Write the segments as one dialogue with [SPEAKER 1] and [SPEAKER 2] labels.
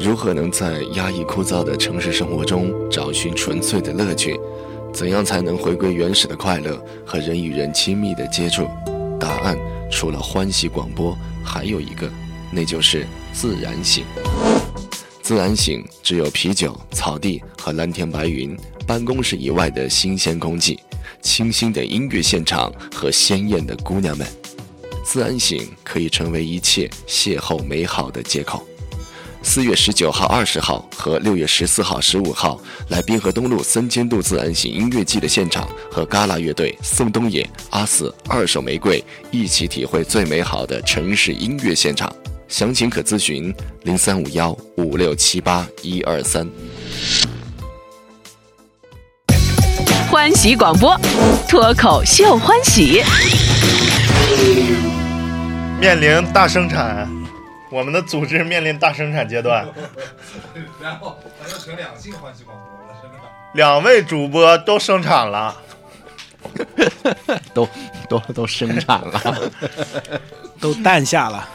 [SPEAKER 1] 如何能在压抑枯燥的城市生活中找寻纯粹的乐趣？怎样才能回归原始的快乐和人与人亲密的接触？答案除了欢喜广播，还有一个，那就是自然醒。自然醒只有啤酒、草地和蓝天白云，办公室以外的新鲜空气，清新的音乐现场和鲜艳的姑娘们。自然醒可以成为一切邂逅美好的借口。四月十九号、二十号和六月十四号、十五号，来滨河东路三千度自然醒音乐季的现场，和嘎啦乐队、宋冬野、阿肆、二手玫瑰一起体会最美好的城市音乐现场。详情可咨询零三五幺五六七八一二三。
[SPEAKER 2] 欢喜广播，脱口秀欢喜。
[SPEAKER 3] 面临大生产，我们的组织面临大生产阶段。
[SPEAKER 4] 然后咱就成两性欢喜广播了，真的。
[SPEAKER 3] 两位主播都生产了，
[SPEAKER 5] 都都都生产了，
[SPEAKER 6] 都淡下了。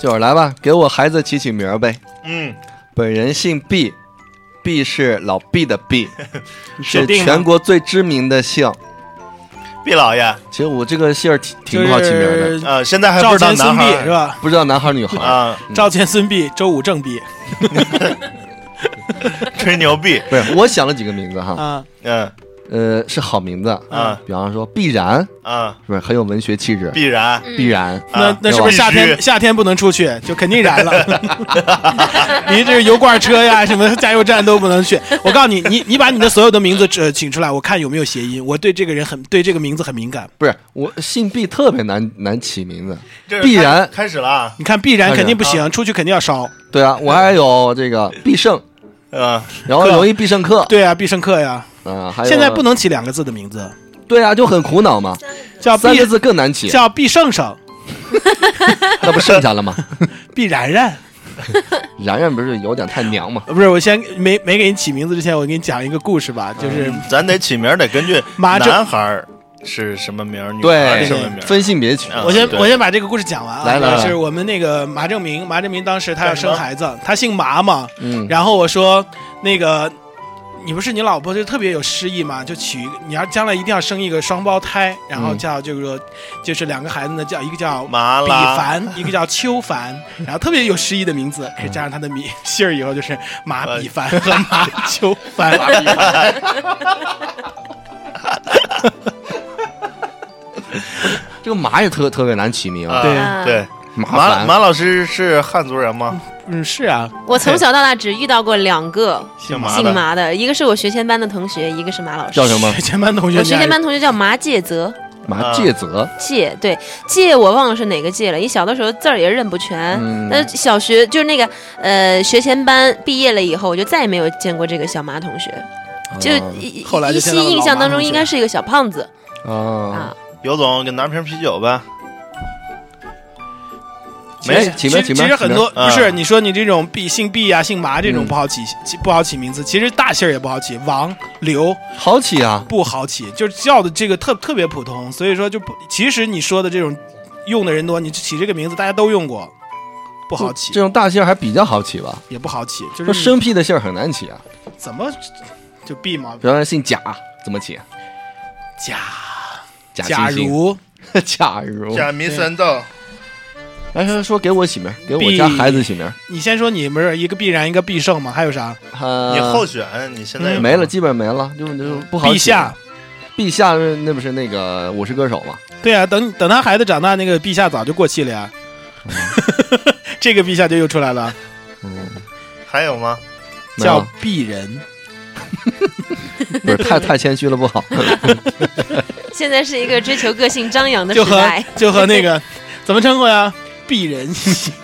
[SPEAKER 5] 就是来吧，给我孩子起起名儿呗。
[SPEAKER 3] 嗯，
[SPEAKER 5] 本人姓毕，毕是老毕的 毕，
[SPEAKER 6] 确
[SPEAKER 5] 是
[SPEAKER 6] 定吗啊
[SPEAKER 5] 全国最知名的姓。
[SPEAKER 3] 毕老爷，
[SPEAKER 5] 其实我这个姓儿挺
[SPEAKER 6] 就
[SPEAKER 5] 挺不好起名儿的，
[SPEAKER 6] 是
[SPEAKER 3] 呃，现在还不
[SPEAKER 6] 赵
[SPEAKER 3] 知道
[SPEAKER 6] 钱
[SPEAKER 3] 男
[SPEAKER 6] 孙
[SPEAKER 3] 孩
[SPEAKER 6] 毕
[SPEAKER 3] 儿
[SPEAKER 6] 是吧？
[SPEAKER 5] 不知道男孩儿女孩儿。
[SPEAKER 3] 啊，
[SPEAKER 6] 赵钱孙毕，周武正毕
[SPEAKER 3] 吹牛逼，
[SPEAKER 5] 不是，我想了几个名字哈，
[SPEAKER 6] 啊，
[SPEAKER 3] 嗯
[SPEAKER 5] 呃，是好名字，
[SPEAKER 3] 嗯
[SPEAKER 5] 比方说必然，
[SPEAKER 3] 啊，
[SPEAKER 5] 是不是很有文学气质？
[SPEAKER 3] 必然，
[SPEAKER 5] 必然，
[SPEAKER 6] 那
[SPEAKER 3] 啊
[SPEAKER 6] 那是不是夏
[SPEAKER 3] 必
[SPEAKER 6] 天
[SPEAKER 3] 须
[SPEAKER 6] 夏天不能出去，就肯定燃了？ 你这油罐车呀，什么加油站都不能去。我告诉你，你你把你的所有的名字指请出来，我看有没有谐音。我对这个人很对这个名字很敏感。
[SPEAKER 5] 不是我姓毕特别难难起名字，
[SPEAKER 3] 这
[SPEAKER 5] 必
[SPEAKER 3] 开
[SPEAKER 5] 然
[SPEAKER 3] 开始了啊，
[SPEAKER 6] 你看必然
[SPEAKER 5] 哎呀
[SPEAKER 6] 肯定不行，出去肯定要烧。
[SPEAKER 5] 对啊，我还有这个必胜，
[SPEAKER 3] 嗯，
[SPEAKER 5] 然后
[SPEAKER 6] 课
[SPEAKER 5] 容易必胜客，
[SPEAKER 6] 对啊，必胜客呀，
[SPEAKER 5] 嗯，还有
[SPEAKER 6] 现在不能起两个字的名字，
[SPEAKER 5] 对啊，就很苦恼嘛，
[SPEAKER 6] 叫
[SPEAKER 5] 三
[SPEAKER 6] 必
[SPEAKER 5] 个字更难起，
[SPEAKER 6] 叫必胜胜、
[SPEAKER 5] 那不剩下了吗？
[SPEAKER 6] 必然然。
[SPEAKER 5] 然然不是有点太 娘嘛？
[SPEAKER 6] 呃不是，我先没没给你起名字之前，我给你讲一个故事吧，就是
[SPEAKER 3] 嗯咱得起名儿得根据
[SPEAKER 6] 马正
[SPEAKER 3] 男孩儿是什么名儿，女
[SPEAKER 5] 对
[SPEAKER 3] 孩儿什么名儿，
[SPEAKER 5] 啊分性别取，
[SPEAKER 3] 嗯
[SPEAKER 6] 我先
[SPEAKER 3] 对
[SPEAKER 6] 我先把这个故事讲完啊，
[SPEAKER 5] 来来
[SPEAKER 6] 就
[SPEAKER 5] 来
[SPEAKER 6] 是我们那个马正明，马正明当时他要生孩子，他姓麻嘛，
[SPEAKER 5] 嗯，
[SPEAKER 6] 然后我说那个你不是你老婆就特别有诗意嘛，就取一个你要将来一定要生一个双胞胎，然后
[SPEAKER 5] 嗯
[SPEAKER 6] 叫就是说就是两个孩子呢叫一个叫
[SPEAKER 3] 麻
[SPEAKER 6] 比
[SPEAKER 3] 啦，
[SPEAKER 6] 凡，一个叫邱凡，然后特别有诗意的名字，可以加上他的名姓儿以后就是马比凡和马邱凡。
[SPEAKER 5] 这个麻也特特别难起名，
[SPEAKER 3] 啊
[SPEAKER 6] 对
[SPEAKER 7] 呃
[SPEAKER 3] 对，
[SPEAKER 5] 麻
[SPEAKER 3] 马
[SPEAKER 5] 烦。
[SPEAKER 3] 马老师是汉族人吗？
[SPEAKER 6] 嗯，是啊，
[SPEAKER 7] 我从小到大只遇到过两个
[SPEAKER 3] 姓麻
[SPEAKER 7] 姓
[SPEAKER 3] 的，
[SPEAKER 7] 麻的，一个是我学前班的同学，一个是马老师。
[SPEAKER 5] 叫什么
[SPEAKER 6] 学前班同学，
[SPEAKER 7] 我学前班同学叫麻介泽，
[SPEAKER 6] 啊
[SPEAKER 5] 麻介泽，
[SPEAKER 7] 介对介我忘了是哪个介了，你小的时候字儿也认不全。
[SPEAKER 5] 嗯，
[SPEAKER 7] 那小学就是那个呃学前班毕业了以后，我就再也没有见过这个小麻同学，就
[SPEAKER 5] 啊
[SPEAKER 7] 依
[SPEAKER 6] 哦后来就
[SPEAKER 7] 依
[SPEAKER 6] 见
[SPEAKER 7] 稀
[SPEAKER 6] 到了
[SPEAKER 7] 印象当
[SPEAKER 6] 老麻同
[SPEAKER 7] 中
[SPEAKER 6] 学
[SPEAKER 7] 应该是一个小胖子
[SPEAKER 5] 啊
[SPEAKER 7] 啊，
[SPEAKER 3] 尤总给拿瓶啤酒呗，
[SPEAKER 6] 其
[SPEAKER 5] 没
[SPEAKER 6] 实
[SPEAKER 5] 起名
[SPEAKER 6] 其实
[SPEAKER 5] 起名
[SPEAKER 6] 其实很多
[SPEAKER 3] 起名
[SPEAKER 6] 不是
[SPEAKER 3] 嗯
[SPEAKER 6] 你说你这种毕姓毕啊姓麻这种
[SPEAKER 5] 嗯
[SPEAKER 6] 不好起起不好起名字，其实大姓儿也不好起，王刘
[SPEAKER 5] 好起啊，
[SPEAKER 6] 不好起，就是叫的这个特特别普通，所以说就不其实你说的这种用的人多，你起这个名字大家都用过，不好起嗯
[SPEAKER 5] 这种大姓还比较好起吧？
[SPEAKER 6] 也不好起，就
[SPEAKER 5] 说
[SPEAKER 6] 是
[SPEAKER 5] 生僻的姓儿很难起啊，
[SPEAKER 6] 你怎么就毕嘛
[SPEAKER 5] 比方说姓贾怎么起？啊
[SPEAKER 6] 假
[SPEAKER 5] 贾
[SPEAKER 6] 假
[SPEAKER 5] 欣欣，
[SPEAKER 6] 如
[SPEAKER 5] 假如，
[SPEAKER 3] 迷三道，
[SPEAKER 5] 哎，说说给我起名儿，给我
[SPEAKER 6] 毕
[SPEAKER 5] 家孩子起名儿，
[SPEAKER 6] 你先说你不是一个必然一个必胜吗？还有啥？
[SPEAKER 5] 呃
[SPEAKER 3] 你后选，你现在有
[SPEAKER 5] 嗯没了，基本没了，就就不好
[SPEAKER 6] 陛
[SPEAKER 5] 起。
[SPEAKER 6] 下，
[SPEAKER 5] 陛下是那不是那个我是歌手 嘛？
[SPEAKER 6] 对啊，等等他孩子长大，那个陛下早就过气了呀。 这个陛下就又出来了，
[SPEAKER 5] 嗯，
[SPEAKER 3] 还有吗？
[SPEAKER 5] 没
[SPEAKER 6] 叫
[SPEAKER 5] 了
[SPEAKER 6] 鄙人。
[SPEAKER 5] 不是太太谦虚了 不好。
[SPEAKER 7] 现在是一个追求个性张扬的
[SPEAKER 6] 就
[SPEAKER 7] 时
[SPEAKER 6] 和
[SPEAKER 7] 代。
[SPEAKER 6] 就和那个怎么称呼呀？鄙 人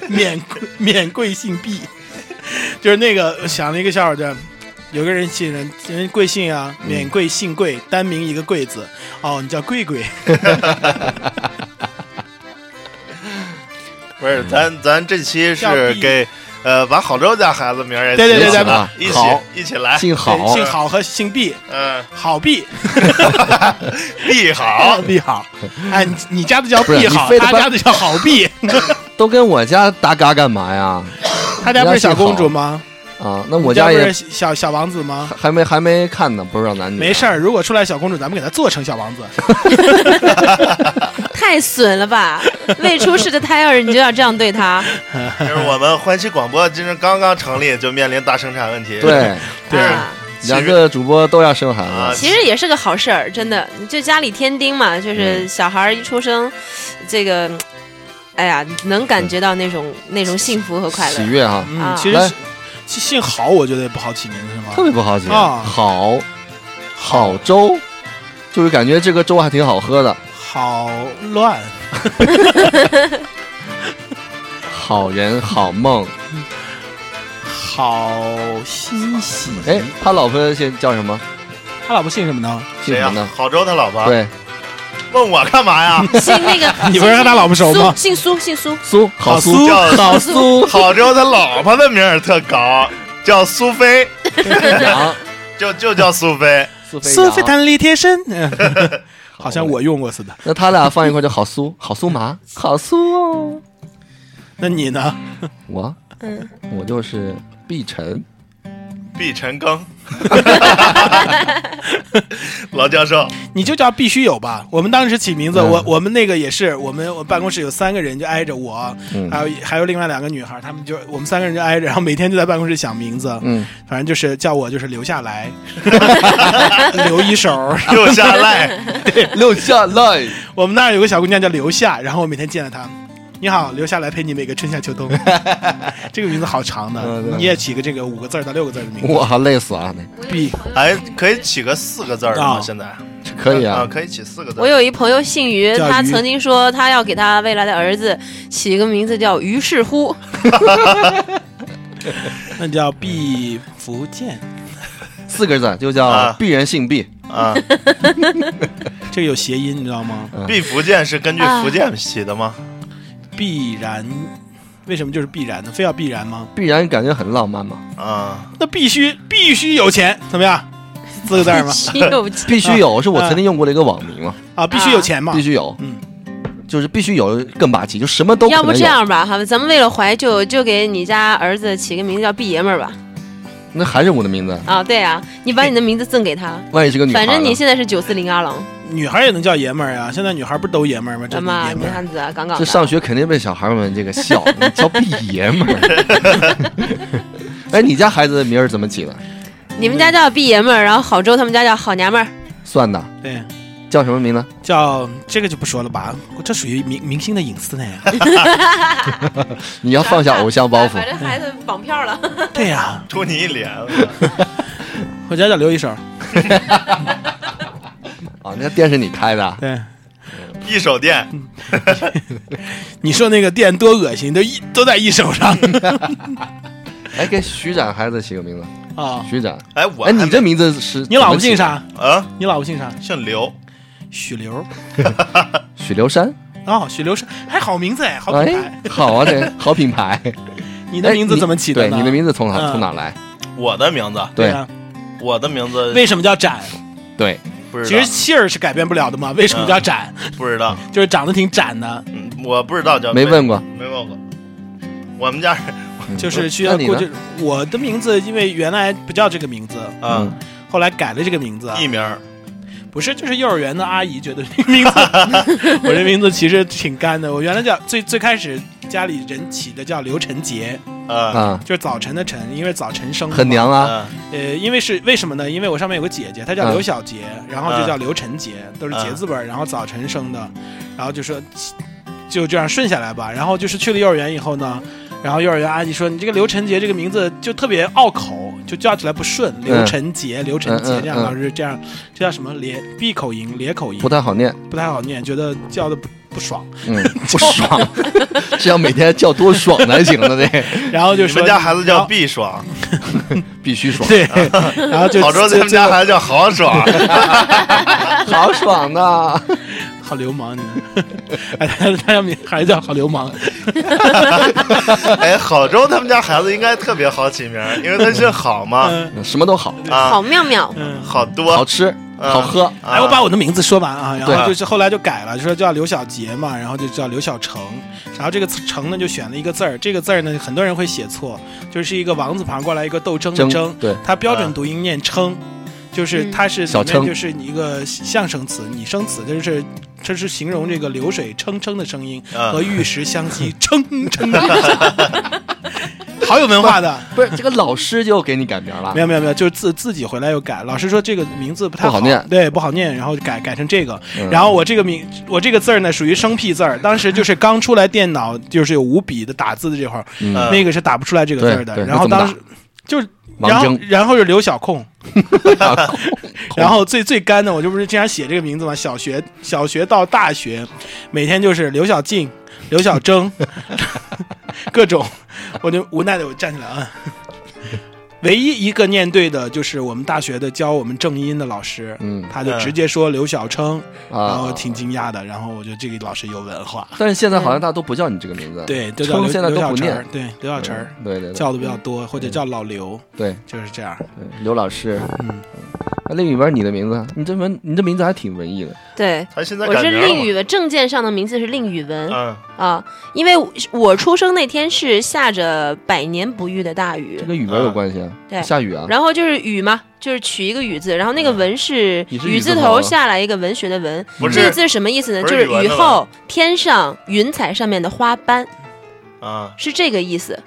[SPEAKER 6] 免贵免贵姓鄙，就是那个我想了一个笑话，叫有个人姓人人贵姓啊，
[SPEAKER 5] 嗯
[SPEAKER 6] 免贵姓贵，单名一个贵字。哦，你叫贵贵，
[SPEAKER 3] 不是，咱咱这期
[SPEAKER 6] 叫
[SPEAKER 3] 是
[SPEAKER 6] 毕
[SPEAKER 3] 给呃把郝州家孩子名儿也
[SPEAKER 6] 对对对
[SPEAKER 3] 起
[SPEAKER 6] 对
[SPEAKER 3] 了
[SPEAKER 5] 对
[SPEAKER 3] 一
[SPEAKER 5] 好
[SPEAKER 3] 起一起来，
[SPEAKER 5] 幸
[SPEAKER 6] 对
[SPEAKER 5] 好啊
[SPEAKER 6] 姓郝和姓毕，
[SPEAKER 3] 嗯，
[SPEAKER 6] 郝毕，
[SPEAKER 3] 毕好，
[SPEAKER 6] 毕郝。哎，你你家的叫
[SPEAKER 5] 不是
[SPEAKER 6] 毕郝
[SPEAKER 5] 你非，得
[SPEAKER 6] 他
[SPEAKER 5] 把
[SPEAKER 6] 家的叫郝毕，
[SPEAKER 5] 都跟我家搭嘎干嘛呀？
[SPEAKER 6] 他家不是小公主吗？
[SPEAKER 5] 啊，那
[SPEAKER 6] 我
[SPEAKER 5] 我家
[SPEAKER 6] 不
[SPEAKER 5] 也嗯
[SPEAKER 6] 是小小王子吗？
[SPEAKER 5] 还没还没看呢，不知道男女。
[SPEAKER 6] 没事儿，如果出来小公主，咱们给她做成小王子。
[SPEAKER 7] 太损了吧！未出世的胎儿，你就要这样对他？
[SPEAKER 3] 就是我们欢喜广播，就是刚刚成立就面临大生产问题。
[SPEAKER 5] 对，
[SPEAKER 6] 对
[SPEAKER 7] 啊
[SPEAKER 3] 其实，
[SPEAKER 5] 两个主播都要生孩
[SPEAKER 3] 啊
[SPEAKER 5] 子，
[SPEAKER 7] 其实也是个好事儿，真的。就家里添丁嘛，
[SPEAKER 6] 嗯
[SPEAKER 7] 就是小孩儿一出生，这个，哎呀，能感觉到那种那种幸福和快
[SPEAKER 5] 喜
[SPEAKER 7] 乐。
[SPEAKER 5] 悦哈，
[SPEAKER 6] 嗯，
[SPEAKER 7] 啊
[SPEAKER 6] 其实
[SPEAKER 5] 来
[SPEAKER 6] 是其姓郝，我觉得也不好起名字
[SPEAKER 5] 特
[SPEAKER 6] 嘛。
[SPEAKER 5] 别不好解。
[SPEAKER 6] 啊
[SPEAKER 5] 好，好粥，就是感觉这个粥还挺好喝的。
[SPEAKER 6] 好乱，
[SPEAKER 5] 好人好梦，
[SPEAKER 6] 好欣喜。
[SPEAKER 5] 哎，他老婆现叫什么？
[SPEAKER 6] 他老婆姓什么呢？
[SPEAKER 5] 姓
[SPEAKER 3] 谁
[SPEAKER 5] 什
[SPEAKER 3] 呀
[SPEAKER 5] 么呢？？
[SPEAKER 3] 郝州他老
[SPEAKER 6] 啊
[SPEAKER 3] 婆
[SPEAKER 5] 对，
[SPEAKER 3] 问我干嘛 呀？
[SPEAKER 7] 姓那个
[SPEAKER 6] ，你不是和他老婆熟吗？
[SPEAKER 7] 姓苏，姓苏，
[SPEAKER 5] 苏，好苏，
[SPEAKER 3] 叫
[SPEAKER 5] 好 苏，
[SPEAKER 3] 郝州他老婆的名儿特高，叫苏菲，
[SPEAKER 5] 杨，
[SPEAKER 3] 就就叫苏菲。
[SPEAKER 5] 苏菲
[SPEAKER 6] 啊苏
[SPEAKER 5] 杨
[SPEAKER 6] 菲弹力贴 身，嗯好像我用过似的。
[SPEAKER 5] 那他俩放一块就 好苏，好苏麻，好苏哦。
[SPEAKER 6] 那你呢？
[SPEAKER 5] 我，
[SPEAKER 7] 嗯，
[SPEAKER 5] 我就是碧晨，
[SPEAKER 3] 毕晨 更， 老教授，
[SPEAKER 6] 你就叫必须有吧。我们当时起名字，
[SPEAKER 5] 嗯
[SPEAKER 6] 我我们那个也是，我们我办公室有三个人就挨着我，
[SPEAKER 5] 嗯
[SPEAKER 6] 还有还有另外两个女孩，她们就我们三个人就挨着，然后每天就在办公室想名字，
[SPEAKER 5] 嗯，
[SPEAKER 6] 反正就是叫我就是留下 来，留一手。
[SPEAKER 3] 又下赖，
[SPEAKER 5] 留下来，
[SPEAKER 6] 我们那儿有个小姑娘叫留下，然后我每天见到她。你好，留下来陪你每个春夏秋 冬。这个名字好长的
[SPEAKER 5] 嗯，对
[SPEAKER 6] 你也起个这个五个字儿到六个字儿的名字。
[SPEAKER 5] 我累死啊！那
[SPEAKER 6] 必
[SPEAKER 3] 哎，可以起个四个字儿的吗？
[SPEAKER 6] 啊
[SPEAKER 3] 现在
[SPEAKER 5] 可以啊
[SPEAKER 3] 啊，，可以起四个字儿。
[SPEAKER 7] 我有一朋友姓于，
[SPEAKER 6] 叫
[SPEAKER 7] 他
[SPEAKER 6] 于
[SPEAKER 7] 曾经说他要给他未来的儿子起一个名字叫于是乎。
[SPEAKER 6] 那叫毕福剑，
[SPEAKER 5] 四个字就叫
[SPEAKER 3] 啊
[SPEAKER 5] 鄙人姓毕，
[SPEAKER 3] 啊，
[SPEAKER 6] 这个有谐音，你知道吗？
[SPEAKER 5] 嗯
[SPEAKER 3] 毕福剑是根据福建起的吗？
[SPEAKER 6] 必然，为什么就是必然呢？非要必然吗？
[SPEAKER 5] 必然感觉很浪漫嘛，
[SPEAKER 3] 啊，
[SPEAKER 6] 那必须必须有钱，怎么样？四个字儿 吗？
[SPEAKER 7] 岂有其
[SPEAKER 5] 必须有是我曾经用过的一个网名嘛，
[SPEAKER 6] 啊，必须有钱嘛
[SPEAKER 5] 必！须有，
[SPEAKER 6] 嗯，
[SPEAKER 5] 就是必须有更霸气，就什么都可
[SPEAKER 7] 要
[SPEAKER 5] 能
[SPEAKER 7] 不
[SPEAKER 5] 有
[SPEAKER 7] 这，样吧，哈，咱们为了怀旧，就给你家儿子起个名字叫毕爷们儿吧。
[SPEAKER 5] 那还是我的名字，
[SPEAKER 7] 啊，对啊，你把你的名字赠给他，
[SPEAKER 5] 万一是个女
[SPEAKER 7] 反
[SPEAKER 5] 孩呢，
[SPEAKER 7] 正你现在是九四零阿郎，
[SPEAKER 6] 女孩也能叫爷们儿啊！现在女孩不是都爷们儿吗？这
[SPEAKER 7] 怎么
[SPEAKER 6] 爷
[SPEAKER 7] 你
[SPEAKER 6] 们儿，
[SPEAKER 7] 看子啊，杠杠
[SPEAKER 5] 这
[SPEAKER 7] 的。
[SPEAKER 5] 上学肯定被小孩们这个笑，你叫毕爷们儿。 哎，你家孩子的名儿怎么起的？
[SPEAKER 7] 你们家叫毕爷们儿，然后郝州他们家叫好娘们儿。
[SPEAKER 5] 算的，
[SPEAKER 6] 对，
[SPEAKER 5] 叫什么名呢？
[SPEAKER 6] 叫这个就不说了吧，这属于明明星的隐私呢。
[SPEAKER 5] 你要放 下偶像包袱
[SPEAKER 7] 哎反。正孩子绑票了。
[SPEAKER 6] 对呀、
[SPEAKER 3] 吐你一脸，
[SPEAKER 6] 我家叫刘一手。哦
[SPEAKER 5] 啊，那店是你开的啊，
[SPEAKER 6] 对，
[SPEAKER 3] 一手电，
[SPEAKER 6] 嗯你说那个店多恶心，都一都在一手上
[SPEAKER 5] 哎，给徐展孩子起个名字，
[SPEAKER 6] 啊！
[SPEAKER 5] 徐展。
[SPEAKER 3] 哎，我还
[SPEAKER 5] 哎，你
[SPEAKER 3] 没
[SPEAKER 5] 这名字是？
[SPEAKER 6] 你老婆姓？啥？
[SPEAKER 3] 啊，
[SPEAKER 6] 你老婆姓啥？
[SPEAKER 3] 姓刘，
[SPEAKER 6] 许刘
[SPEAKER 5] 许留山。
[SPEAKER 6] 哦，许刘是还好名字哎，好品牌
[SPEAKER 5] 哎。，好 啊，这好品牌。
[SPEAKER 6] 你的名字
[SPEAKER 5] 哎
[SPEAKER 6] 怎么起的
[SPEAKER 5] 对，
[SPEAKER 6] 呢？
[SPEAKER 5] 你的名字从
[SPEAKER 6] 嗯
[SPEAKER 5] 哪从哪来？
[SPEAKER 3] 我的名字，
[SPEAKER 5] 对
[SPEAKER 6] 啊，
[SPEAKER 3] 我的名字
[SPEAKER 6] 为什么叫展？
[SPEAKER 5] 对，
[SPEAKER 3] 不知
[SPEAKER 6] 其实
[SPEAKER 3] 道，
[SPEAKER 6] 姓儿是改变不了的嘛，为什么叫展？
[SPEAKER 3] 不知
[SPEAKER 5] 嗯
[SPEAKER 3] 道，
[SPEAKER 6] 就是长得挺展的，
[SPEAKER 3] 嗯，我不知道叫
[SPEAKER 5] 没问过。
[SPEAKER 3] 没问过。我们家人，
[SPEAKER 6] 就是需
[SPEAKER 5] 嗯那
[SPEAKER 6] 要
[SPEAKER 5] 你
[SPEAKER 6] 过
[SPEAKER 5] 呢
[SPEAKER 6] 这。我的名字因为原来不叫这个名字，
[SPEAKER 3] 啊，
[SPEAKER 5] 嗯
[SPEAKER 6] 后来改了这个名字，
[SPEAKER 3] 艺名儿
[SPEAKER 6] 不是就是幼儿园的阿姨觉得这名 字，我这名字其实挺干的。我原来叫最最开始家里人起的叫刘晨杰，嗯
[SPEAKER 3] 啊，
[SPEAKER 5] 啊，
[SPEAKER 6] 就是早晨的晨，因为早晨生的嘛
[SPEAKER 5] 很娘啊。
[SPEAKER 3] 啊
[SPEAKER 6] 呃，因为是为什么呢？因为我上面有个姐姐，她叫
[SPEAKER 5] 嗯
[SPEAKER 6] 刘小杰，然后就
[SPEAKER 3] 嗯
[SPEAKER 6] 叫刘晨杰，都是
[SPEAKER 3] 嗯
[SPEAKER 6] 杰字辈儿，然后早晨生的，然后就说就这样顺下来吧。然后就是去了幼儿园以后呢，然后幼儿园阿姨说你这个刘晨杰这个名字就特别拗口，就叫起来不顺，刘晨杰、刘晨杰
[SPEAKER 5] 嗯嗯嗯
[SPEAKER 6] 这样，老师这样这叫什么咧闭口音、咧口音
[SPEAKER 5] 不，太好念，
[SPEAKER 6] 不太好念，觉得叫的不不爽，
[SPEAKER 5] 嗯， 不爽，这要每天叫多爽才行呢，这
[SPEAKER 6] 然后就
[SPEAKER 3] 你
[SPEAKER 6] 说
[SPEAKER 3] 们家孩子叫
[SPEAKER 6] 闭
[SPEAKER 3] 毕爽，
[SPEAKER 5] 必须爽，
[SPEAKER 6] 对，然后就
[SPEAKER 3] 郝州咱们家孩子叫豪爽，
[SPEAKER 5] 好爽啊呐！
[SPEAKER 6] 好流氓你 们，哎，他他家名孩子叫好流氓，
[SPEAKER 3] 哎，郝州他们家孩子应该特别好起名儿，因为他姓郝嘛，
[SPEAKER 6] 嗯。
[SPEAKER 5] 什么都好，
[SPEAKER 3] 啊，
[SPEAKER 7] 好妙妙，
[SPEAKER 6] 嗯，
[SPEAKER 3] 好
[SPEAKER 5] 好
[SPEAKER 3] 多
[SPEAKER 5] 吃，好喝。
[SPEAKER 6] 哎，我把我的名字说完啊，然
[SPEAKER 5] 对
[SPEAKER 6] 后就是后来就改了，就说叫刘小杰嘛，然后就叫刘小成，然后这个成呢就选了一个字儿，这个字儿呢很多人会写错，就是一个王字旁过来一个斗争的争，
[SPEAKER 5] 对，
[SPEAKER 6] 它标准读音念称，就是
[SPEAKER 7] 嗯
[SPEAKER 6] 它是
[SPEAKER 5] 小
[SPEAKER 6] 里面
[SPEAKER 5] 称
[SPEAKER 6] 就是一个象声词，拟声词，就是这是形容这个流水铿铿的声音
[SPEAKER 3] 啊
[SPEAKER 6] 和玉石相击铿铿的声音，好有文化的。
[SPEAKER 5] 不是这个老师就给你改名了
[SPEAKER 6] 没，有没有没有，就是自自己回来又改。老师说这个名字不太
[SPEAKER 5] 不好念
[SPEAKER 6] 对，不好念，然后改改成这个。
[SPEAKER 5] 嗯
[SPEAKER 6] 然后我这个名，我这个字儿呢属于生僻字儿，当时就是刚出来电脑，就是有五笔的打字的这块儿，
[SPEAKER 5] 嗯
[SPEAKER 3] 嗯
[SPEAKER 6] 那个是打不出来这个字儿的
[SPEAKER 5] 对。对
[SPEAKER 6] 然后
[SPEAKER 5] 那怎么
[SPEAKER 6] 当时就是，然
[SPEAKER 5] 王
[SPEAKER 6] 后
[SPEAKER 5] 铮
[SPEAKER 6] 然后是留小空，然后最最干的，我就不是经常写这个名字嘛，小学小学到大学，每天就是刘小静、刘小征， 各种，我就无奈的我站起来啊。 唯一一个念对的就是我们大学的教我们正音的老师，
[SPEAKER 5] 嗯
[SPEAKER 6] 他就直接说刘小称，然后
[SPEAKER 5] 啊。
[SPEAKER 6] 挺惊讶的，然后我觉得这个老师有文化，
[SPEAKER 5] 但是现在好像大家都不叫你这个名字，
[SPEAKER 6] 嗯对，就叫
[SPEAKER 5] 称现在
[SPEAKER 6] 刘
[SPEAKER 5] 都
[SPEAKER 6] 刘小
[SPEAKER 5] 不
[SPEAKER 6] 晨
[SPEAKER 5] 念
[SPEAKER 6] 儿，对刘小晨儿
[SPEAKER 5] 嗯，对对对
[SPEAKER 6] 叫的比较多，或者叫老刘，
[SPEAKER 5] 对
[SPEAKER 6] 就是这样。
[SPEAKER 5] 对，刘老师。嗯那另一边你的名字，啊你这文你这名字还挺文艺的，
[SPEAKER 7] 对，
[SPEAKER 3] 他现在
[SPEAKER 7] 我
[SPEAKER 3] 改
[SPEAKER 7] 是
[SPEAKER 3] 名了
[SPEAKER 7] 令宇文，证件上的名字是令宇文
[SPEAKER 3] 嗯，
[SPEAKER 7] 啊，因为我出生那天是下着百年不遇的大雨
[SPEAKER 5] 这，跟语文有关系啊？
[SPEAKER 7] 对
[SPEAKER 5] 下雨啊？
[SPEAKER 7] 然后就是雨嘛，就是取一个雨字，然后那个文是
[SPEAKER 5] 你是
[SPEAKER 7] 雨
[SPEAKER 5] 雨字
[SPEAKER 7] 字
[SPEAKER 5] 头
[SPEAKER 7] 头
[SPEAKER 5] 啊
[SPEAKER 7] 下来一个文学的文，
[SPEAKER 3] 不
[SPEAKER 7] 这个
[SPEAKER 3] 是
[SPEAKER 7] 字什么意思呢？
[SPEAKER 3] 不
[SPEAKER 7] 就是是
[SPEAKER 3] 语文
[SPEAKER 7] 雨
[SPEAKER 3] 的
[SPEAKER 7] 后天上云彩上面的花斑，
[SPEAKER 3] 啊，
[SPEAKER 7] 是这个意思。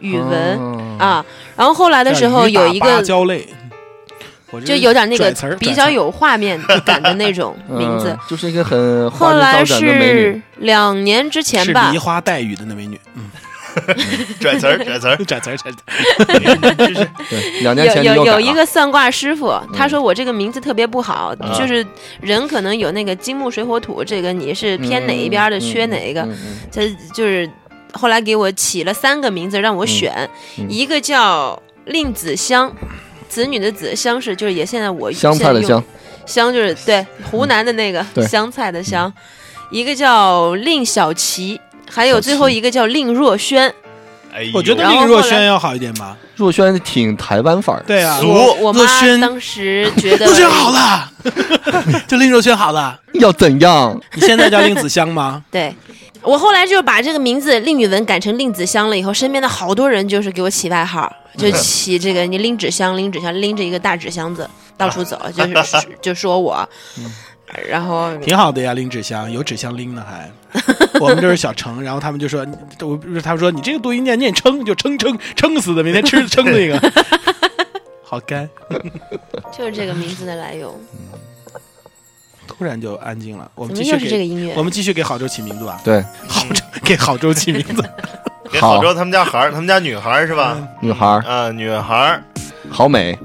[SPEAKER 7] 语
[SPEAKER 5] 哦
[SPEAKER 7] 文
[SPEAKER 5] 文，
[SPEAKER 7] 啊，然后后来的时候有一
[SPEAKER 6] 叫雨打芭
[SPEAKER 7] 个
[SPEAKER 6] 蕉类， 我这
[SPEAKER 7] 就有点那个
[SPEAKER 6] 拽词儿
[SPEAKER 7] 比较。
[SPEAKER 6] 拽词儿
[SPEAKER 7] 有画面感的那种名字
[SPEAKER 5] 嗯，，就是一个很花
[SPEAKER 7] 后
[SPEAKER 5] 枝
[SPEAKER 7] 来
[SPEAKER 5] 招展的美女
[SPEAKER 7] 是。两年之前
[SPEAKER 6] 是
[SPEAKER 7] 吧
[SPEAKER 6] 梨，花带雨的那美女，嗯，
[SPEAKER 3] 拽词儿拽 词儿，
[SPEAKER 6] 拽词儿拽词儿，
[SPEAKER 5] 对，两年
[SPEAKER 7] 有
[SPEAKER 5] 前你
[SPEAKER 7] 有
[SPEAKER 5] 又改
[SPEAKER 7] 有一
[SPEAKER 5] 了嗯
[SPEAKER 7] 个算卦师傅，他说我这个名字特别不好，就是人可能有那个金木水火土，这个你是偏哪一边的，
[SPEAKER 5] 嗯
[SPEAKER 7] 缺哪一个，
[SPEAKER 5] 嗯嗯
[SPEAKER 7] 他就是后来给我起了三个名字让我选，
[SPEAKER 5] 嗯嗯
[SPEAKER 7] 一个叫令子香。子女的子香是就是也现在我
[SPEAKER 5] 香菜的香，
[SPEAKER 7] 香就是对湖南的那个
[SPEAKER 5] 对
[SPEAKER 7] 香菜的香，一个叫令小琪，还有
[SPEAKER 5] 小
[SPEAKER 7] 最后
[SPEAKER 5] 琪
[SPEAKER 7] 一个叫令若轩。
[SPEAKER 3] 哎呦，
[SPEAKER 6] 我觉得
[SPEAKER 7] 然后
[SPEAKER 6] 令
[SPEAKER 7] 后
[SPEAKER 6] 若
[SPEAKER 7] 来
[SPEAKER 6] 轩要好一点吧。
[SPEAKER 5] 若轩挺台湾范儿，
[SPEAKER 6] 对啊，
[SPEAKER 3] 俗
[SPEAKER 7] 我我妈
[SPEAKER 6] 若轩
[SPEAKER 7] 当时觉 得
[SPEAKER 6] 若轩好了，就令若轩好了。
[SPEAKER 5] 要怎样？
[SPEAKER 6] 你现在叫令子香吗？
[SPEAKER 7] 对，我后来就把这个名字令宇文改成令子香了，以后身边的好多人就是给我起外号，就起这个你拎纸箱，拎纸箱，拎着一个大纸箱子到处走，就是就说我，然后
[SPEAKER 6] 挺好的呀，拎纸箱，有纸箱拎呢还。我们这是小程，然后他们就说，你我不是他们说你这个读音念念撑就撑撑撑死的，每天吃撑那个， 好干。
[SPEAKER 7] 就是这个名字的来由。
[SPEAKER 6] 突然就安静了，我
[SPEAKER 7] 怎
[SPEAKER 6] 们
[SPEAKER 7] 么
[SPEAKER 6] 继续
[SPEAKER 7] 又是这个
[SPEAKER 6] 给
[SPEAKER 7] 音乐
[SPEAKER 6] 我？们继续给郝周起名字吧，
[SPEAKER 5] 对，
[SPEAKER 6] 郝周 给郝周起名字，
[SPEAKER 3] 给
[SPEAKER 5] 好
[SPEAKER 3] 郝州他们家孩儿，他们家女孩儿是吧？
[SPEAKER 5] 嗯女孩儿
[SPEAKER 3] 啊，女孩儿
[SPEAKER 5] 好美，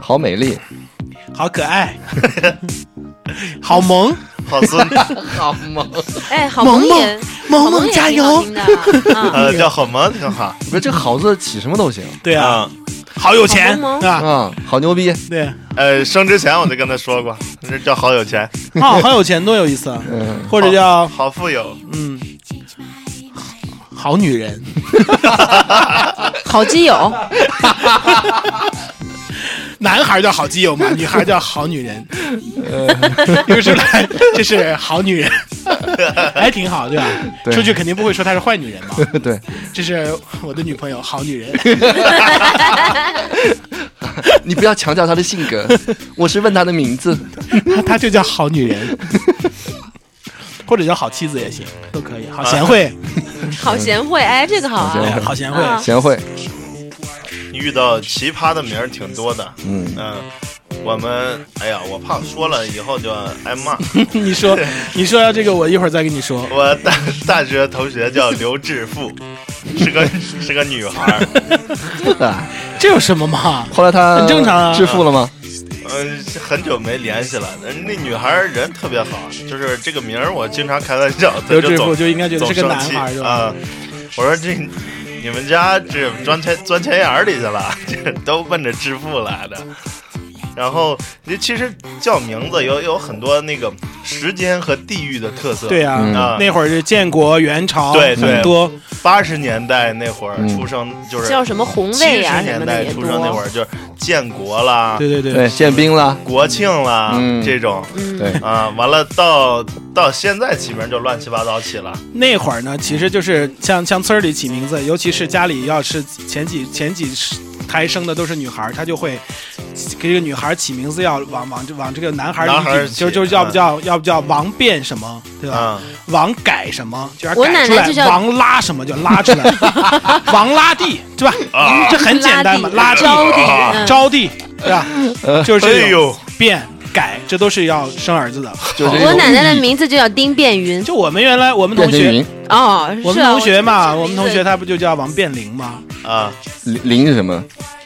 [SPEAKER 5] 好美丽，
[SPEAKER 6] 好可爱， 好萌，
[SPEAKER 3] 好孙，
[SPEAKER 5] 好萌。
[SPEAKER 7] 哎，好萌
[SPEAKER 6] 萌
[SPEAKER 7] 也好
[SPEAKER 6] 萌
[SPEAKER 7] 萌
[SPEAKER 6] 萌
[SPEAKER 7] 也
[SPEAKER 6] 加
[SPEAKER 7] 挺好
[SPEAKER 6] 油！
[SPEAKER 7] 听的啊，
[SPEAKER 3] 呃，叫好萌，挺好
[SPEAKER 5] 不是这个好字起什么都行
[SPEAKER 6] 对啊，
[SPEAKER 3] 啊。
[SPEAKER 6] 好有钱
[SPEAKER 7] 好萌萌
[SPEAKER 6] 啊，
[SPEAKER 5] 啊，好牛逼。
[SPEAKER 6] 对，
[SPEAKER 3] 呃，生之前我就跟他说过，这叫好有钱，
[SPEAKER 6] 哦，好有钱多有意思啊，
[SPEAKER 5] 嗯，
[SPEAKER 6] 或者叫
[SPEAKER 3] 好富有，
[SPEAKER 6] 嗯，好女人，
[SPEAKER 7] 好基友，
[SPEAKER 6] 男孩叫好基友嘛，女孩叫好女人， 约出来这是好女人， 还挺好，对吧？
[SPEAKER 5] 对
[SPEAKER 6] 出去肯定不会说她是坏女人嘛，
[SPEAKER 5] 对，
[SPEAKER 6] 这是我的女朋友，好女人。
[SPEAKER 5] 你不要强调她的性格，我是问她的名字。
[SPEAKER 6] 她她就叫好女人， 或者叫好妻子也行，都可以。好贤惠，
[SPEAKER 7] 好贤惠，哎，这个好
[SPEAKER 5] 好
[SPEAKER 7] 啊
[SPEAKER 5] 贤。惠
[SPEAKER 6] 好贤惠，
[SPEAKER 7] 啊
[SPEAKER 5] 贤惠，
[SPEAKER 3] 遇到奇葩的名儿挺多的。
[SPEAKER 5] 嗯，
[SPEAKER 3] 嗯，我们哎呀，我怕说了以后就挨骂。
[SPEAKER 6] 你说你说要这个，我一会儿再跟你说。
[SPEAKER 3] 我大大学同学叫刘致富，是个是个女孩儿，
[SPEAKER 6] 这有什么嘛？
[SPEAKER 5] 后来她
[SPEAKER 6] 很正常啊
[SPEAKER 5] 致富了吗？
[SPEAKER 3] 嗯、很久没联系了。呃那女孩儿人特别好，就是这个名儿我经常开玩笑，她
[SPEAKER 6] 刘
[SPEAKER 3] 就
[SPEAKER 6] 致富
[SPEAKER 3] 总
[SPEAKER 6] 就应该觉得
[SPEAKER 3] 总
[SPEAKER 6] 是个
[SPEAKER 3] 生
[SPEAKER 6] 男
[SPEAKER 3] 气
[SPEAKER 6] 孩，是吧？
[SPEAKER 3] 啊、我说这你们 家这钻钱钻钱眼儿里去了，这都奔着致富来的。然后你其实叫名字有有很多那个时间和地域的特色。
[SPEAKER 6] 对呀、
[SPEAKER 5] 嗯
[SPEAKER 3] 啊，
[SPEAKER 6] 那会儿是建国、元朝，
[SPEAKER 3] 对对
[SPEAKER 6] 很多
[SPEAKER 3] 八十年代那会儿
[SPEAKER 5] 嗯
[SPEAKER 3] 出生就是
[SPEAKER 7] 叫什么红
[SPEAKER 3] 七
[SPEAKER 7] 卫
[SPEAKER 3] 十
[SPEAKER 7] 啊什
[SPEAKER 3] 年
[SPEAKER 7] 么的
[SPEAKER 3] 代
[SPEAKER 7] 也
[SPEAKER 3] 出
[SPEAKER 7] 多。
[SPEAKER 3] 生那会儿就是建国啦、
[SPEAKER 6] 对对对
[SPEAKER 5] 对，建兵了，
[SPEAKER 3] 国庆啦、
[SPEAKER 5] 嗯
[SPEAKER 3] 这种
[SPEAKER 7] 嗯，
[SPEAKER 5] 对
[SPEAKER 3] 啊，完了到到现在起名就乱七八糟起了。
[SPEAKER 6] 那会儿呢，其实就是像像村儿里起名字，尤其是家里要是前几前几胎生的都是女孩儿，她就会给这个女孩儿起名字要往往这往这个男孩
[SPEAKER 3] 男孩
[SPEAKER 6] 儿
[SPEAKER 3] 儿
[SPEAKER 6] 里顶，就
[SPEAKER 3] 起
[SPEAKER 6] 就是要
[SPEAKER 3] 嗯
[SPEAKER 6] 不叫要不叫王变什么，对吧？
[SPEAKER 3] 啊，
[SPEAKER 6] 王改什么，就要
[SPEAKER 7] 我
[SPEAKER 6] 改
[SPEAKER 7] 奶
[SPEAKER 6] 出
[SPEAKER 7] 奶
[SPEAKER 6] 来
[SPEAKER 7] 就叫
[SPEAKER 6] 王拉什么，就 拉出来，王拉弟，对吧？
[SPEAKER 3] 啊
[SPEAKER 6] 这很简单嘛，
[SPEAKER 7] 拉
[SPEAKER 6] 拉弟
[SPEAKER 7] 地、、招地嗯
[SPEAKER 3] 啊、
[SPEAKER 6] 招弟，对吧？就是
[SPEAKER 3] 哎
[SPEAKER 6] 这种
[SPEAKER 3] 呦，
[SPEAKER 6] 变改，这都是要生儿子的。
[SPEAKER 5] 就是这
[SPEAKER 7] 我
[SPEAKER 5] 种
[SPEAKER 7] 奶奶的名字就叫丁变云
[SPEAKER 6] 就我们原来我们
[SPEAKER 5] 变
[SPEAKER 6] 同
[SPEAKER 5] 成
[SPEAKER 6] 学，
[SPEAKER 5] 云
[SPEAKER 7] 哦，
[SPEAKER 6] 我
[SPEAKER 7] 是
[SPEAKER 6] 们
[SPEAKER 7] 啊
[SPEAKER 6] 同学嘛，
[SPEAKER 7] 我
[SPEAKER 6] 我们同学他不就叫王变林吗？
[SPEAKER 3] 啊，
[SPEAKER 5] 林林是什么？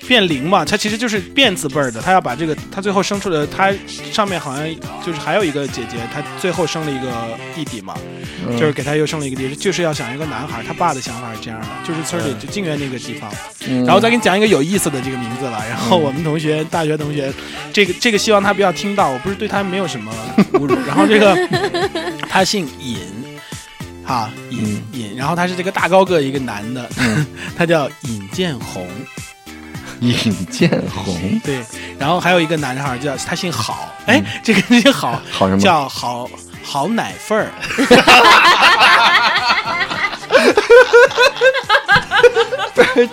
[SPEAKER 6] 变灵嘛，它其实就是变字辈儿的，它要把这个，它最后生出了，它上面好像就是还有一个姐姐，她最后生了一个弟弟嘛，
[SPEAKER 5] 嗯
[SPEAKER 6] 就是给她又生了一个弟弟，就是要想一个男孩，他爸的想法是这样的，就是村里就静园那个地方，
[SPEAKER 5] 嗯
[SPEAKER 6] 然后再给你讲一个有意思的这个名字了，然后我们同学，大学同学，这个这个希望他不要听到，我不是对他没有什么侮 辱，然后这个他姓尹。啊，尹
[SPEAKER 5] 嗯
[SPEAKER 6] 尹，然后他是这个大高个一个男的， 他叫尹建宏，
[SPEAKER 5] 尹建宏，
[SPEAKER 6] 对，然后还有一个男孩儿叫他姓郝，哎，这个姓郝
[SPEAKER 5] 好嗯什么？
[SPEAKER 6] 叫郝郝奶份儿，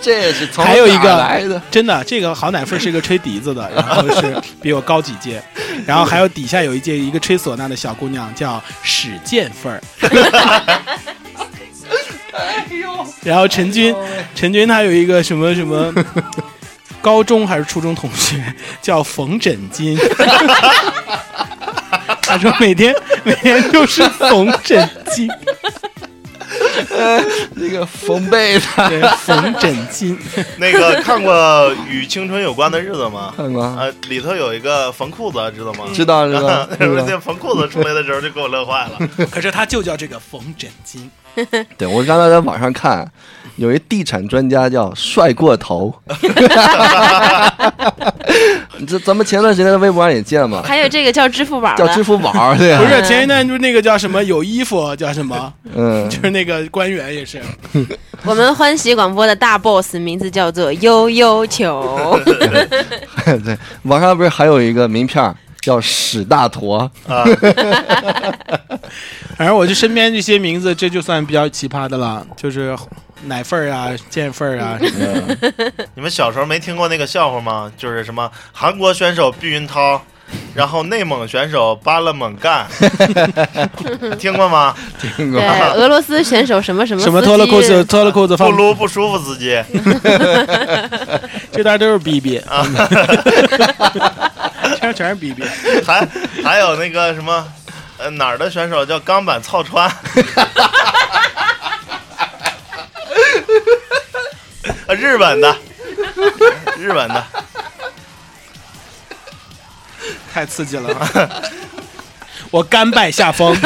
[SPEAKER 5] 这是从
[SPEAKER 6] 还有一
[SPEAKER 5] 哪
[SPEAKER 6] 个
[SPEAKER 5] 儿来的，
[SPEAKER 6] 真哦的，这个郝奶份儿是一个吹笛子的，然后是比我高几 届，然后还有底下有一届一个吹唢呐的小姑娘叫史建份儿。 哎然后陈军，陈军他有一个什么什么高中还是初中同学叫缝枕巾， 他说每天每天都是缝枕巾，
[SPEAKER 5] 那个缝被子，
[SPEAKER 6] 对，缝枕巾，
[SPEAKER 3] 那个看过《与青春有关的日子》吗？
[SPEAKER 5] 看过
[SPEAKER 3] 啊，里头有一个缝裤子，知道吗？
[SPEAKER 5] 知道知道
[SPEAKER 3] 啊
[SPEAKER 5] 知
[SPEAKER 3] 那
[SPEAKER 5] 道。
[SPEAKER 3] 缝裤子出来的时候就给我乐坏 了。
[SPEAKER 6] 可是他就叫这个缝枕巾。
[SPEAKER 5] 对我刚才在网上看，有一地产专家叫帅过头， 这咱们前段时间在微博上也 见嘛，
[SPEAKER 7] 还有这个叫支付宝
[SPEAKER 5] 叫支
[SPEAKER 7] 的，
[SPEAKER 5] 付宝对
[SPEAKER 6] 不
[SPEAKER 5] 呀，
[SPEAKER 6] 是前一段就是那个叫什么有衣服叫什 么，
[SPEAKER 5] 嗯
[SPEAKER 6] 就，是那个官员也是，
[SPEAKER 7] 我们欢喜广播的大 boss 名字叫做悠悠球，
[SPEAKER 5] 对，网上不是还有一个名片儿叫史大坨，
[SPEAKER 3] 啊，
[SPEAKER 6] 反正我就身边这些名字，这就算比较奇葩的了，就是奶份儿啊、见份儿 啊什么的。
[SPEAKER 3] 你们小时候没听过那个笑话吗？就是什么韩国选手毕云涛，然后内蒙选手巴勒猛 干，听过吗？
[SPEAKER 5] 听过
[SPEAKER 7] 对，俄罗斯选手什么什么
[SPEAKER 6] 什么
[SPEAKER 7] 司
[SPEAKER 6] 脱了
[SPEAKER 7] 机
[SPEAKER 6] 裤子，脱了裤子
[SPEAKER 3] 不
[SPEAKER 6] 放，
[SPEAKER 3] 撸不舒服司机，
[SPEAKER 6] 这段都是逼逼 啊，这段全是逼逼。
[SPEAKER 3] 还还有那个什么。呃，哪儿的选手叫钢板操穿？啊，日本的，日本的，
[SPEAKER 6] 太刺激了啊， 我甘拜下 风。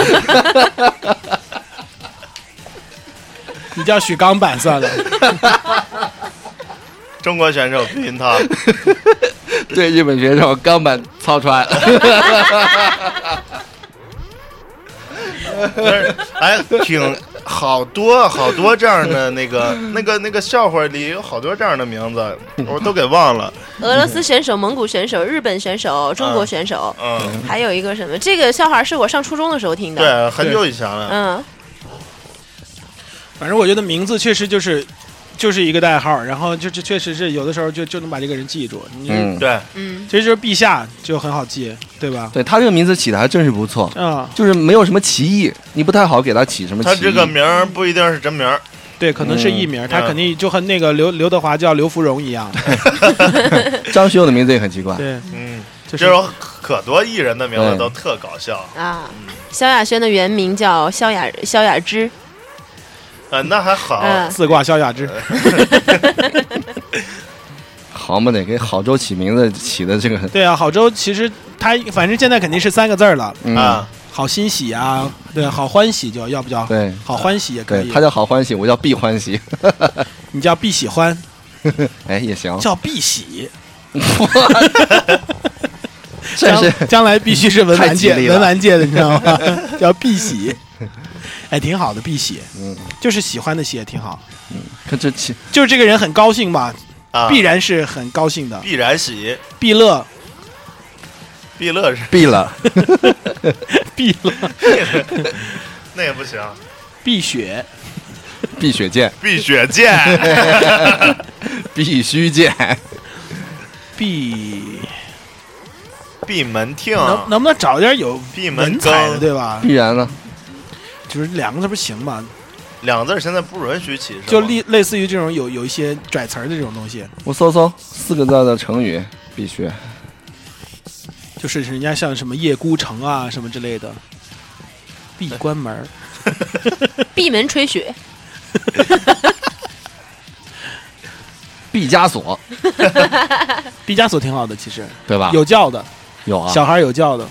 [SPEAKER 6] 你叫许钢板算了，
[SPEAKER 3] 中国选手毕云涛，
[SPEAKER 5] 对日本选手钢板操穿，
[SPEAKER 3] 但是哎，挺好多好多这样的那个那个那个笑话里有好多这样的名字，我都给忘了。
[SPEAKER 7] 俄罗斯选手、蒙古选手、日本选手、中国选手，
[SPEAKER 3] 嗯，
[SPEAKER 7] 还有一个什么？这个笑话是我上初中的时候听的。，
[SPEAKER 3] 对，很久以前了。
[SPEAKER 7] 嗯，
[SPEAKER 6] 反正我觉得名字确实就是就是一个代号，然后就这确实是有的时候就就能把这个人记住。你、
[SPEAKER 5] 嗯，
[SPEAKER 3] 对，
[SPEAKER 7] 嗯，
[SPEAKER 6] 其实就是陛下就很好记，对吧？
[SPEAKER 5] 对他这个名字起的还真是不错，
[SPEAKER 6] 啊、
[SPEAKER 5] 就是没有什么歧义，你不太好给他起什么歧
[SPEAKER 3] 他
[SPEAKER 5] 义。
[SPEAKER 3] 这个名儿不一定是真名儿，
[SPEAKER 6] 对，可能是艺名，他
[SPEAKER 3] 嗯
[SPEAKER 6] 肯定就和那个刘刘德华叫刘芙蓉一样，
[SPEAKER 5] 张学友的名字也很奇 怪，
[SPEAKER 6] 对，
[SPEAKER 3] 嗯，
[SPEAKER 6] 就
[SPEAKER 3] 这
[SPEAKER 6] 是
[SPEAKER 3] 有可多艺人的名字都特搞笑。
[SPEAKER 7] 啊，萧亚轩的原名叫萧亚萧亚芝，
[SPEAKER 3] 呃，那还好，
[SPEAKER 7] 嗯，
[SPEAKER 6] 自挂萧亚之。
[SPEAKER 5] 好嘛得给郝州起名字起的这个
[SPEAKER 6] 对啊，郝州其实他反正现在肯定是三个字儿了，
[SPEAKER 5] 嗯
[SPEAKER 3] 啊，
[SPEAKER 6] 好欣喜啊，对，好欢喜就要不叫
[SPEAKER 5] 对
[SPEAKER 6] 好欢喜也可
[SPEAKER 5] 对
[SPEAKER 6] 以，
[SPEAKER 5] 他叫郝欢喜，我叫毕欢喜，
[SPEAKER 6] 你叫必喜欢，
[SPEAKER 5] 哎也行。
[SPEAKER 6] 叫必喜，
[SPEAKER 5] 这是
[SPEAKER 6] 将来必须是文
[SPEAKER 5] 太
[SPEAKER 6] 玩
[SPEAKER 5] 吉
[SPEAKER 6] 界
[SPEAKER 5] 利了
[SPEAKER 6] 文玩界的，你知道吗？叫碧玺，哎，挺好的碧玺，
[SPEAKER 5] 嗯，
[SPEAKER 6] 就是喜欢的喜也挺好，
[SPEAKER 5] 看这起
[SPEAKER 6] 就是这个人很高兴嘛，
[SPEAKER 3] 啊，
[SPEAKER 6] 必然是很高兴的。
[SPEAKER 3] 必然喜，
[SPEAKER 6] 毕乐，
[SPEAKER 3] 必乐是
[SPEAKER 5] 闭了，
[SPEAKER 6] 毕乐，
[SPEAKER 3] 那也不行，
[SPEAKER 6] 碧血，
[SPEAKER 5] 碧血剑，
[SPEAKER 3] 碧血剑，
[SPEAKER 5] 必须剑，
[SPEAKER 6] 毕，
[SPEAKER 3] 闭门听，
[SPEAKER 6] 能能不能找点有
[SPEAKER 3] 啊闭门
[SPEAKER 6] 文采的，
[SPEAKER 3] 羹，
[SPEAKER 6] 对吧？
[SPEAKER 5] 必然了。
[SPEAKER 6] 就是两个字不行嘛，
[SPEAKER 3] 两个字儿现在不允许起，是
[SPEAKER 6] 就
[SPEAKER 3] 吗
[SPEAKER 6] 类类似于这种有有一些拽词儿的这种东西，
[SPEAKER 5] 我搜搜四个字的成语，必须
[SPEAKER 6] 就是人家像什么夜孤城啊什么之类的，闭关门儿。
[SPEAKER 7] 闭门吹雪，
[SPEAKER 5] 毕加索，
[SPEAKER 6] 毕加索挺好的，其实
[SPEAKER 5] 对
[SPEAKER 1] 啊
[SPEAKER 5] 吧？
[SPEAKER 6] 有教的，
[SPEAKER 5] 有啊，
[SPEAKER 6] 小孩儿有教的，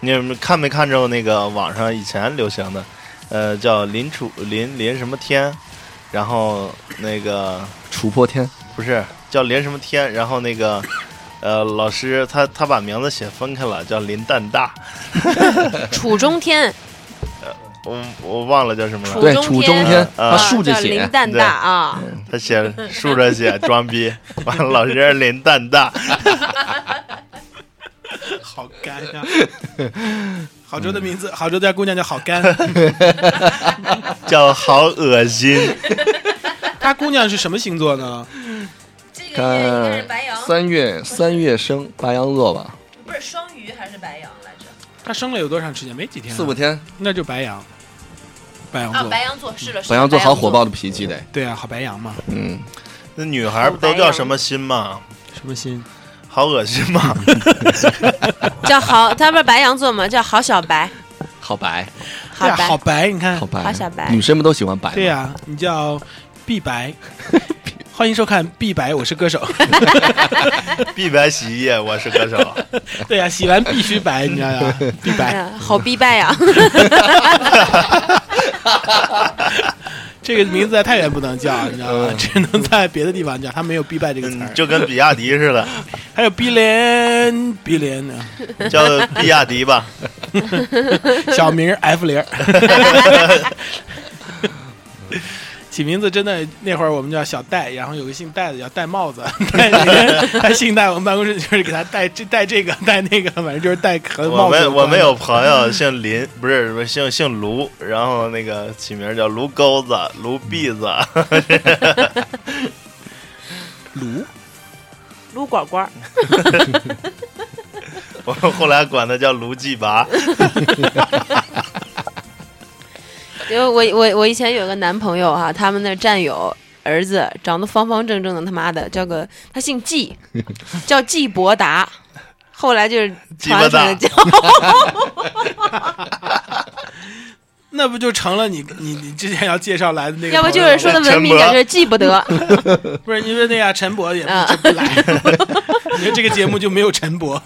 [SPEAKER 3] 你们看没看着那个网上以前流行的，呃，叫林楚林林什么天，然后那个
[SPEAKER 5] 楚破天，
[SPEAKER 3] 不是叫林什么天，然后那个呃老师他他把名字写分开了，叫林蛋大，
[SPEAKER 7] 楚中天，
[SPEAKER 3] 我我忘了叫什么了，
[SPEAKER 5] 对，
[SPEAKER 7] 楚
[SPEAKER 5] 楚
[SPEAKER 7] 中
[SPEAKER 5] 中天，
[SPEAKER 3] 呃
[SPEAKER 5] 他啊竖着
[SPEAKER 7] 叫林
[SPEAKER 5] 写，
[SPEAKER 7] 蛋大啊，
[SPEAKER 3] 他写竖着写装逼，完了老师是林蛋大，
[SPEAKER 6] 好干呀、 好州的名字，好州家姑娘叫好干，
[SPEAKER 3] 叫好恶心，
[SPEAKER 6] 她姑娘是什么星座呢？
[SPEAKER 7] 这个月应该是白
[SPEAKER 5] 看
[SPEAKER 7] 羊，
[SPEAKER 5] 三月三月生白羊座吧，
[SPEAKER 7] 不是双鱼还是白羊来着？
[SPEAKER 6] 她生了有多长时间？没几天啊、
[SPEAKER 5] 四五天，
[SPEAKER 6] 那就白羊，白羊
[SPEAKER 7] 啊，
[SPEAKER 6] 座，
[SPEAKER 7] 白羊座是了，是
[SPEAKER 5] 白
[SPEAKER 7] 了
[SPEAKER 5] 羊座好火爆，的脾气嘞，
[SPEAKER 6] 对啊，好白羊嘛，
[SPEAKER 5] 嗯，
[SPEAKER 3] 那女孩不都叫什么心吗？
[SPEAKER 6] 什么心？
[SPEAKER 3] 好恶心吗？
[SPEAKER 7] 叫好，他不是白羊座吗？叫好小白，
[SPEAKER 5] 好白，
[SPEAKER 7] 好
[SPEAKER 6] 对啊，
[SPEAKER 7] 白，
[SPEAKER 6] 好白，你看
[SPEAKER 5] 好，白，啊
[SPEAKER 7] 好小白
[SPEAKER 5] 女生不都喜欢白吗？
[SPEAKER 6] 对呀、你叫碧白。欢迎收看《碧白我是歌手》
[SPEAKER 3] 碧白洗衣液，我是歌手。
[SPEAKER 6] 对呀、洗完必须白，你知道吗？碧
[SPEAKER 7] 哎
[SPEAKER 6] 白
[SPEAKER 7] 呀好逼拜呀！
[SPEAKER 6] 这个名字在太原不能叫，你知道吗？只能在别的地方叫。他没有“必败”这个词
[SPEAKER 3] 嗯，
[SPEAKER 6] 儿，
[SPEAKER 3] 就跟比亚迪似的，
[SPEAKER 6] 还有“碧莲”“碧莲”呢。
[SPEAKER 3] 叫比亚迪吧。
[SPEAKER 6] 小名儿 F 零。 起名字真的，那会儿我们叫小戴，然后有个姓戴的叫戴帽子， 戴那个他姓戴，我们办公室就是给他戴这戴这个 戴那个，反正就是戴和
[SPEAKER 3] 我
[SPEAKER 6] 呃帽子
[SPEAKER 3] 们
[SPEAKER 6] 有关的。
[SPEAKER 3] 我们有朋友姓林，不是不是姓姓卢，然后那个起名叫卢钩子、卢鼻子、
[SPEAKER 6] 卢，
[SPEAKER 7] 撸管管儿，
[SPEAKER 3] 我们后来管他叫卢继拔，
[SPEAKER 7] 因为我我我以前有个男朋友哈、他们那儿战友儿子长得方方正正的，他妈的叫个他姓季，叫季伯达，后来就是
[SPEAKER 3] 季伯达
[SPEAKER 7] 传来传去叫
[SPEAKER 6] 那不就成了你你你之前要介绍来的那个朋友
[SPEAKER 7] 要
[SPEAKER 6] 了？
[SPEAKER 7] 不就是说的文明点，就是记不 得。
[SPEAKER 6] 不是你说那呀，陈博也不
[SPEAKER 7] 嗯
[SPEAKER 6] 就不来， 你说这个节目就没有陈博，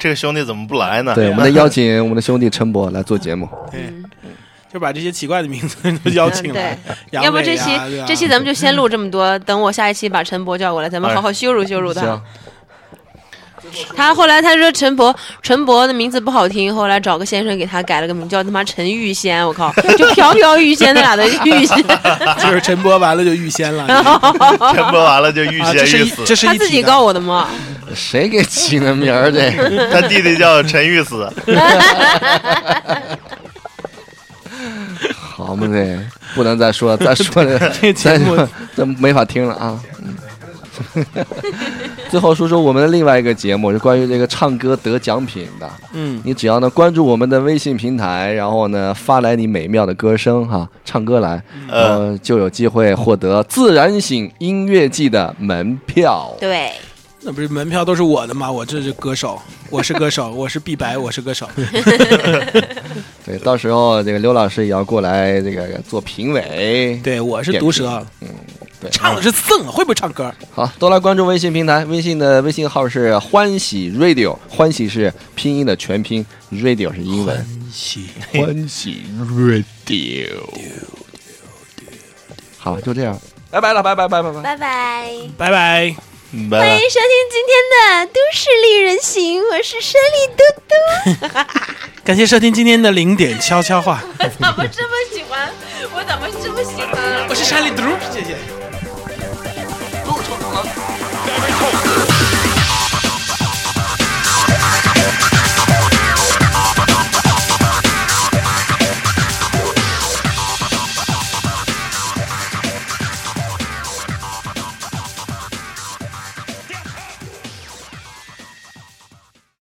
[SPEAKER 3] 这个兄弟怎么不来呢？
[SPEAKER 5] 对，我们得邀请我们的兄弟陈博来做节目，
[SPEAKER 6] 对，哎就把这些奇怪的名字都邀请来
[SPEAKER 7] 嗯。
[SPEAKER 6] 杨
[SPEAKER 7] 要不
[SPEAKER 6] 磊
[SPEAKER 7] 这
[SPEAKER 6] 呀
[SPEAKER 7] 期
[SPEAKER 6] 对啊吧
[SPEAKER 7] 这期咱们就先录这么多，等我下一期把陈博叫过来，咱
[SPEAKER 6] 哎
[SPEAKER 7] 们好好羞辱羞辱他
[SPEAKER 5] 行。，
[SPEAKER 7] 他后来他说陈博陈博的名字不好听，后来找个先生给他改了个名，叫他妈陈玉仙，我靠，就飘飘欲仙那俩的玉仙，
[SPEAKER 6] 就是陈博完了就预 先了。
[SPEAKER 3] 陈播完了就欲
[SPEAKER 6] 啊，
[SPEAKER 3] 仙
[SPEAKER 6] 这是
[SPEAKER 3] 欲
[SPEAKER 6] 一
[SPEAKER 3] 死，
[SPEAKER 6] 这是
[SPEAKER 7] 他
[SPEAKER 6] 一
[SPEAKER 7] 自
[SPEAKER 6] 体
[SPEAKER 7] 己
[SPEAKER 6] 的
[SPEAKER 7] 告我的嘛。
[SPEAKER 5] 谁给起的名儿这？
[SPEAKER 3] 他弟弟叫陈欲死，
[SPEAKER 5] 好嘛 这不能再说，再说 这
[SPEAKER 6] 这节
[SPEAKER 5] 再
[SPEAKER 6] 目
[SPEAKER 5] 说这没法听了啊。嗯最后说说我们的另外一个节目，是关于这个唱歌得奖品的。
[SPEAKER 6] 嗯，
[SPEAKER 5] 你只要呢关注我们的微信平台，然后呢发来你美妙的歌声哈、唱歌来，
[SPEAKER 6] 嗯
[SPEAKER 3] 呃
[SPEAKER 5] 呃，就有机会获得自然醒音乐季的门票。
[SPEAKER 7] 对，
[SPEAKER 6] 那不是门票都是我的吗？我这是歌手，我是歌手，我是毕白，我是歌手。
[SPEAKER 5] 对，到时候这个刘老师也要过来这个做评委。
[SPEAKER 6] 对，我是
[SPEAKER 5] 点
[SPEAKER 6] 毒
[SPEAKER 5] 评
[SPEAKER 6] 舌，
[SPEAKER 5] 对，
[SPEAKER 6] 唱的是蹭，会不会唱歌？
[SPEAKER 5] 好，都来关注微信平台，微信的微信号是欢喜 radio，欢喜是拼音的全拼，radio 是英文。
[SPEAKER 6] 喜
[SPEAKER 5] 欢喜 radio。好，就这样，拜拜了，拜拜拜拜拜。
[SPEAKER 7] 拜拜。
[SPEAKER 6] 拜拜。
[SPEAKER 3] 嗯拜拜。
[SPEAKER 7] 收听今天的《都市丽人行》，我是 山里嘟嘟。
[SPEAKER 6] 感谢收听今天的零点悄悄话，
[SPEAKER 7] 我怎么这么喜欢？我怎么这么喜欢？啊
[SPEAKER 6] 我是山里嘟，谢谢。
[SPEAKER 8] Every coast.